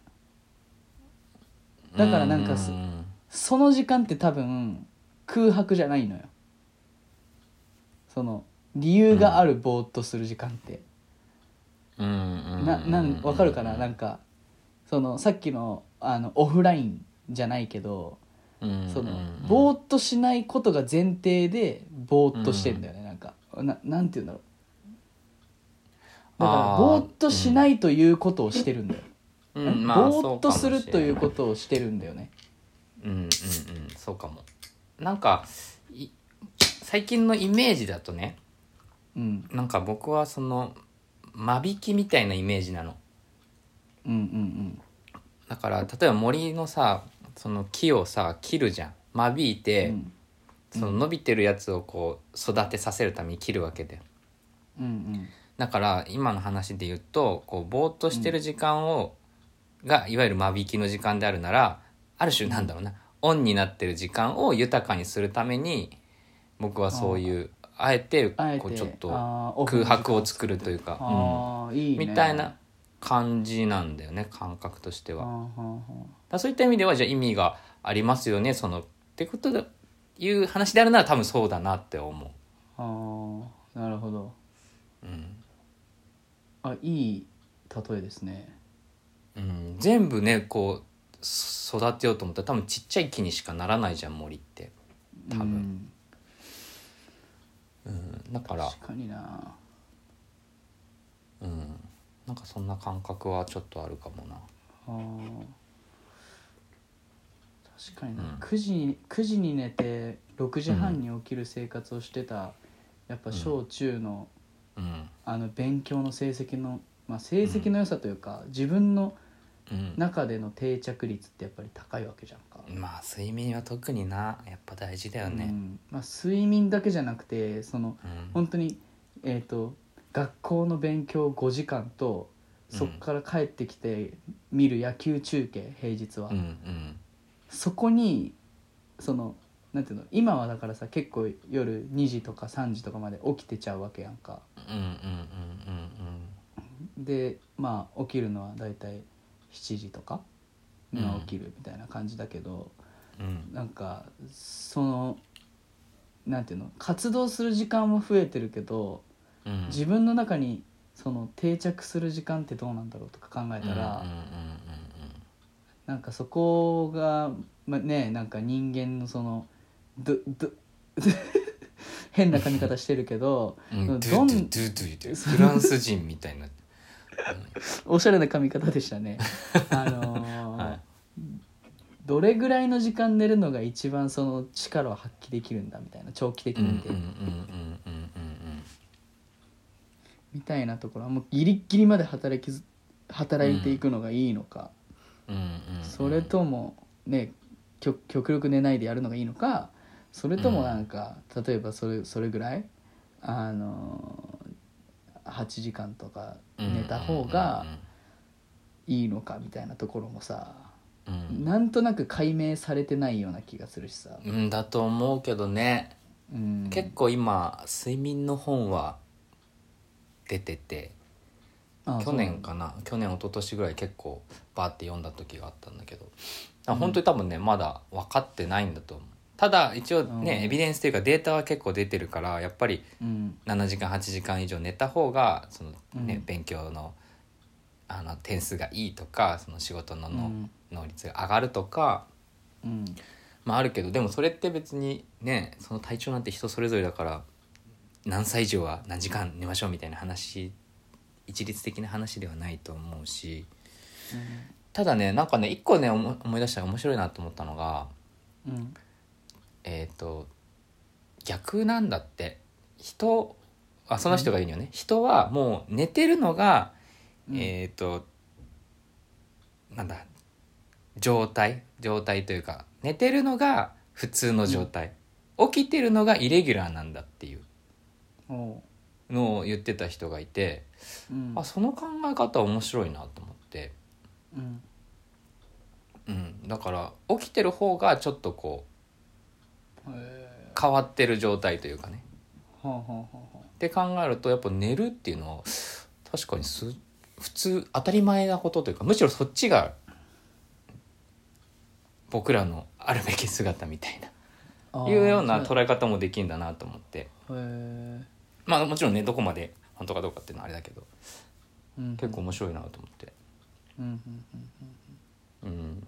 [SPEAKER 2] だからなんかす
[SPEAKER 1] うん
[SPEAKER 2] その時間って多分空白じゃないのよその理由があるぼーっとする時間って、
[SPEAKER 1] うんうん
[SPEAKER 2] ななんわかるかななんんかそのさっきのあのオフラインじゃないけどそのぼーっとしないことが前提でぼーっとしてんだよね、なんかななんて言うんだろうだから
[SPEAKER 1] あー
[SPEAKER 2] ぼーっとしないということをしてるんだよ、
[SPEAKER 1] うんうんまあ
[SPEAKER 2] ぼーっとするという
[SPEAKER 1] と
[SPEAKER 2] ことをしてるんだよね
[SPEAKER 1] うんうんうんそうかもなんかい最近のイメージだとね
[SPEAKER 2] うん
[SPEAKER 1] なんか僕はその間引きみたいなイメージなの
[SPEAKER 2] うんうん
[SPEAKER 1] だから例えば森のさその木をさ切るじゃん間引い
[SPEAKER 2] うんう
[SPEAKER 1] て、
[SPEAKER 2] ん
[SPEAKER 1] その伸びてるやつをこう育てさせるために切るわけで
[SPEAKER 2] うんうん
[SPEAKER 1] だから今の話で言うとこうぼーっとしてる時間を、がいわゆる間引きの時間であるならある種なんだろうなオンになってる時間を豊かにするために僕はそういうあえて
[SPEAKER 2] あえ
[SPEAKER 1] こう
[SPEAKER 2] て
[SPEAKER 1] ちょっと
[SPEAKER 2] あーオフ
[SPEAKER 1] 空
[SPEAKER 2] の時間
[SPEAKER 1] 白を作るというか、うん
[SPEAKER 2] あーいいね
[SPEAKER 1] みたいな感じなんだよね感覚として
[SPEAKER 2] は
[SPEAKER 1] は。
[SPEAKER 2] あ
[SPEAKER 1] だか
[SPEAKER 2] はあは
[SPEAKER 1] らそういった意味ではじゃあ意味がありますよねそのってことでいう話であるなら多分そうだなって思う。
[SPEAKER 2] ああーなるほど
[SPEAKER 1] うん
[SPEAKER 2] あいい例えですね
[SPEAKER 1] うん、全部ねこうそ育てようと思ったら多分ちっちゃい木にしかならないじゃん森って、多分
[SPEAKER 2] う
[SPEAKER 1] う
[SPEAKER 2] ん
[SPEAKER 1] ん、だから、
[SPEAKER 2] 確かにな
[SPEAKER 1] うん、なんかそんな感覚はちょっとあるかもな
[SPEAKER 2] あー確かにな、
[SPEAKER 1] うん
[SPEAKER 2] 9時に9時に寝て6時半に起きる生活をしてた、やっぱ小中の,、
[SPEAKER 1] うん
[SPEAKER 2] あの勉強の成績の、まあ、成績の良さというか、自分の
[SPEAKER 1] うん
[SPEAKER 2] 中での定着率ってやっぱり高いわけじゃんか、
[SPEAKER 1] まあ睡眠は特になやっぱ大事だよ
[SPEAKER 2] う
[SPEAKER 1] ね
[SPEAKER 2] んまあ、睡眠だけじゃなくてその
[SPEAKER 1] うん、
[SPEAKER 2] 本当にえっ、と学校の勉強5時間とそこから帰ってきて見る野球中継平日は、
[SPEAKER 1] うんうん
[SPEAKER 2] そこにそのなんていうの今はだからさ結構夜2時とか3時とかまで起きてちゃうわけやんか
[SPEAKER 1] うんうんうん
[SPEAKER 2] でまあ起きるのはだいたい7時とかには起きるみたいな感じだけど、
[SPEAKER 1] うんうんうん
[SPEAKER 2] なんかそのなんていうの活動する時間も増えてるけど
[SPEAKER 1] うん
[SPEAKER 2] 自分の中にその定着する時間ってどうなんだろうとか考えたら、
[SPEAKER 1] うんうんうん
[SPEAKER 2] なんかそこが、ま、ねなんか人間のそのどど 変な髪型してるけど
[SPEAKER 1] うんうんドゥ
[SPEAKER 2] どん
[SPEAKER 1] ドゥドゥドゥ言ってフランス人みたいな、
[SPEAKER 2] おしゃれな髪型でしたね。 あのー
[SPEAKER 1] はい
[SPEAKER 2] どれぐらいの時間寝るのが一番その力を発揮できるんだみたいな長期的
[SPEAKER 1] うんうん
[SPEAKER 2] に見て、
[SPEAKER 1] うんうんうんうん
[SPEAKER 2] みたいなところはもうギリギリまで働きず働いていくのがいいのか、
[SPEAKER 1] うんうんうん
[SPEAKER 2] それともね極極力寝ないでやるのがいいのかそれともなんか、例えばそれそれぐらいあのー8時間とか寝た方がいいのかみたいなところもさ、
[SPEAKER 1] うんうんうんうんうん
[SPEAKER 2] なんとなく解明されてないような気がするしさ、
[SPEAKER 1] うんだと思うけどね、
[SPEAKER 2] うん、
[SPEAKER 1] 結構今睡眠の本は出てて
[SPEAKER 2] あ
[SPEAKER 1] 去年かな去年一昨年ぐらい結構バーって読んだ時があったんだけどあ本当に多分ね、まだ分かってないんだと思うただ一応ね、
[SPEAKER 2] うん
[SPEAKER 1] エビデンスというかデータは結構出てるからやっぱり
[SPEAKER 2] そうなん
[SPEAKER 1] 7時間8時間以上寝た方がその、ね
[SPEAKER 2] うん
[SPEAKER 1] 勉強のあの点数がいいとかその仕事の
[SPEAKER 2] だ、うんう
[SPEAKER 1] の
[SPEAKER 2] ん
[SPEAKER 1] 能率が上がるとか、
[SPEAKER 2] うん
[SPEAKER 1] まああるけどでもそれって別にねその体調なんて人それぞれだから何歳以上は何時間寝ましょうみたいな話一律的な話ではないと思うしただねなんかね一個ね思思い出したら面白いなと思ったのが
[SPEAKER 2] うん
[SPEAKER 1] えっ、と逆なんだって人あその人が言うにはね、人はもう寝てるのが、
[SPEAKER 2] うん
[SPEAKER 1] えっ、となんだ状態状態というか寝てるのが普通の状態、起きてるのがイレギュラーなんだっていう
[SPEAKER 2] おう
[SPEAKER 1] のを言ってた人がいて、
[SPEAKER 2] うん
[SPEAKER 1] あその考え方面白いなと思って。
[SPEAKER 2] うん
[SPEAKER 1] うん、だから起きてる方がちょっとこう
[SPEAKER 2] へ
[SPEAKER 1] 変わってる状態というかね
[SPEAKER 2] ーはあはあはあはあ
[SPEAKER 1] って考えるとやっぱ寝るっていうのは確かにす普通当たり前なことというかむしろそっちが僕らのあるべき姿みたい
[SPEAKER 2] あ
[SPEAKER 1] な
[SPEAKER 2] ー
[SPEAKER 1] いうような
[SPEAKER 2] そ
[SPEAKER 1] 捉え方もできるんだなと思って
[SPEAKER 2] うへ
[SPEAKER 1] まあもちろんねどこまで本当かどうかっていうのはあれだけど
[SPEAKER 2] ー
[SPEAKER 1] 結構面白いなと思って、
[SPEAKER 2] うんうんう
[SPEAKER 1] う
[SPEAKER 2] ん
[SPEAKER 1] ん、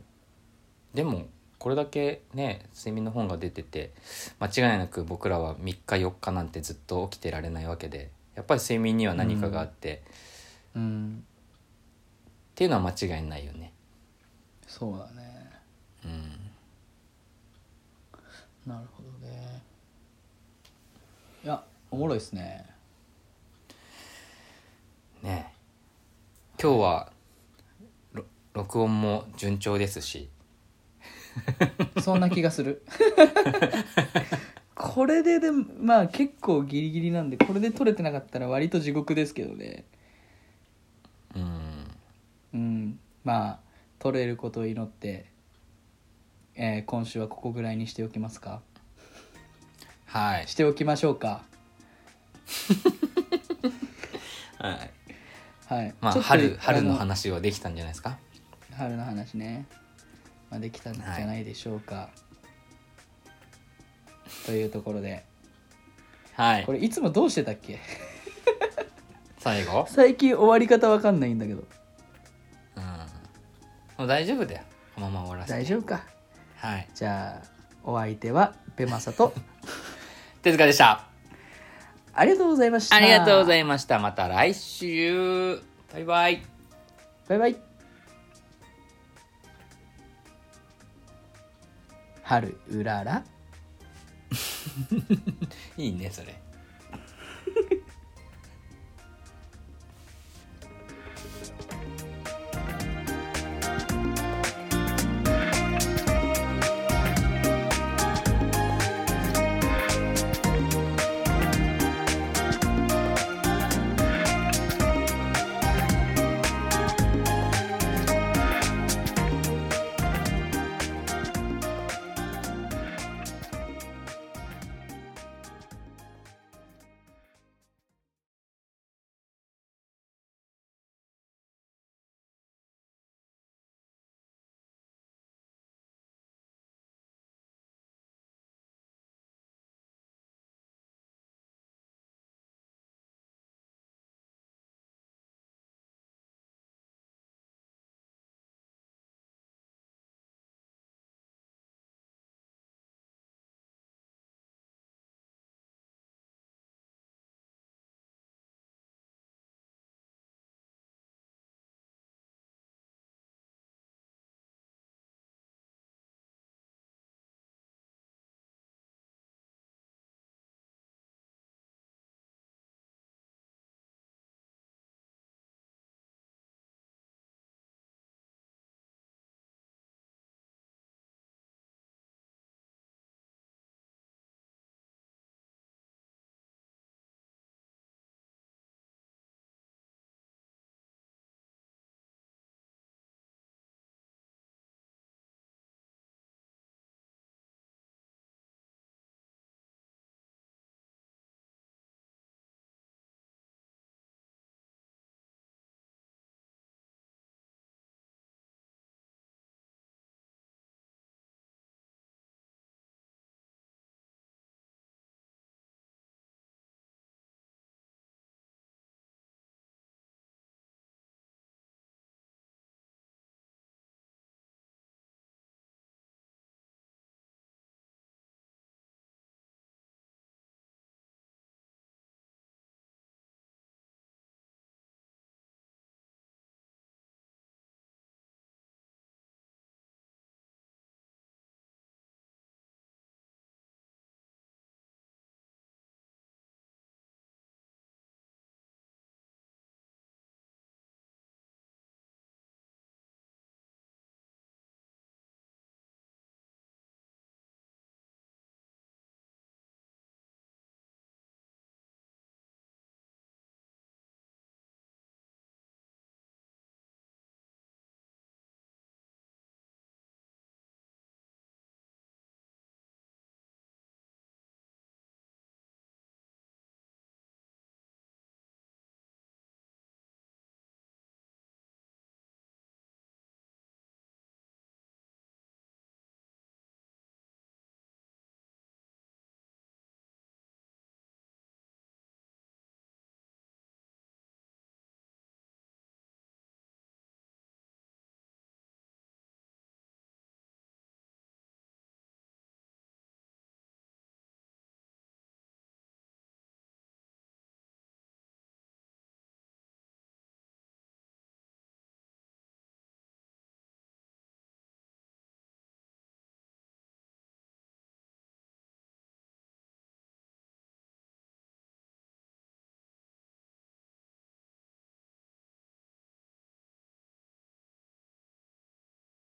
[SPEAKER 1] でもこれだけね睡眠の本が出てて間違いなく僕らは3日4日なんてずっと起きてられないわけでやっぱり睡眠には何かがあって、っ
[SPEAKER 2] うんうん
[SPEAKER 1] ていうのは間違いないよね。
[SPEAKER 2] そうだね
[SPEAKER 1] うん
[SPEAKER 2] なるほどねいやおもろいですね
[SPEAKER 1] ねえ今日はろ録音も順調ですし
[SPEAKER 2] そんな気がするこ これででまあ結構ギリギリなんでこれで取れてなかったら割と地獄ですけどね
[SPEAKER 1] うん
[SPEAKER 2] うんまあ取れることを祈って、えー今週はここぐらいにしておきますか
[SPEAKER 1] はい
[SPEAKER 2] しておきましょうか
[SPEAKER 1] はい
[SPEAKER 2] はい、
[SPEAKER 1] ま
[SPEAKER 2] ち
[SPEAKER 1] あ
[SPEAKER 2] ょっと
[SPEAKER 1] 春春の
[SPEAKER 2] あ
[SPEAKER 1] 話はできたんじゃないですか
[SPEAKER 2] 春の話ね、まあ、できたんじゃないでしょうか、というところで
[SPEAKER 1] はい
[SPEAKER 2] これいつもどうしてたっけ
[SPEAKER 1] 最後
[SPEAKER 2] 最近終わり方わかんないんだけど
[SPEAKER 1] うんもう大丈夫だよこのまま終わらせて
[SPEAKER 2] 大丈夫か
[SPEAKER 1] はい
[SPEAKER 2] じゃあお相手はベマサと
[SPEAKER 1] 手塚でした
[SPEAKER 2] ありがとうございました
[SPEAKER 1] ありがとうございましたまた来週バイバイ
[SPEAKER 2] バイバイ春うらら
[SPEAKER 1] いいねそれ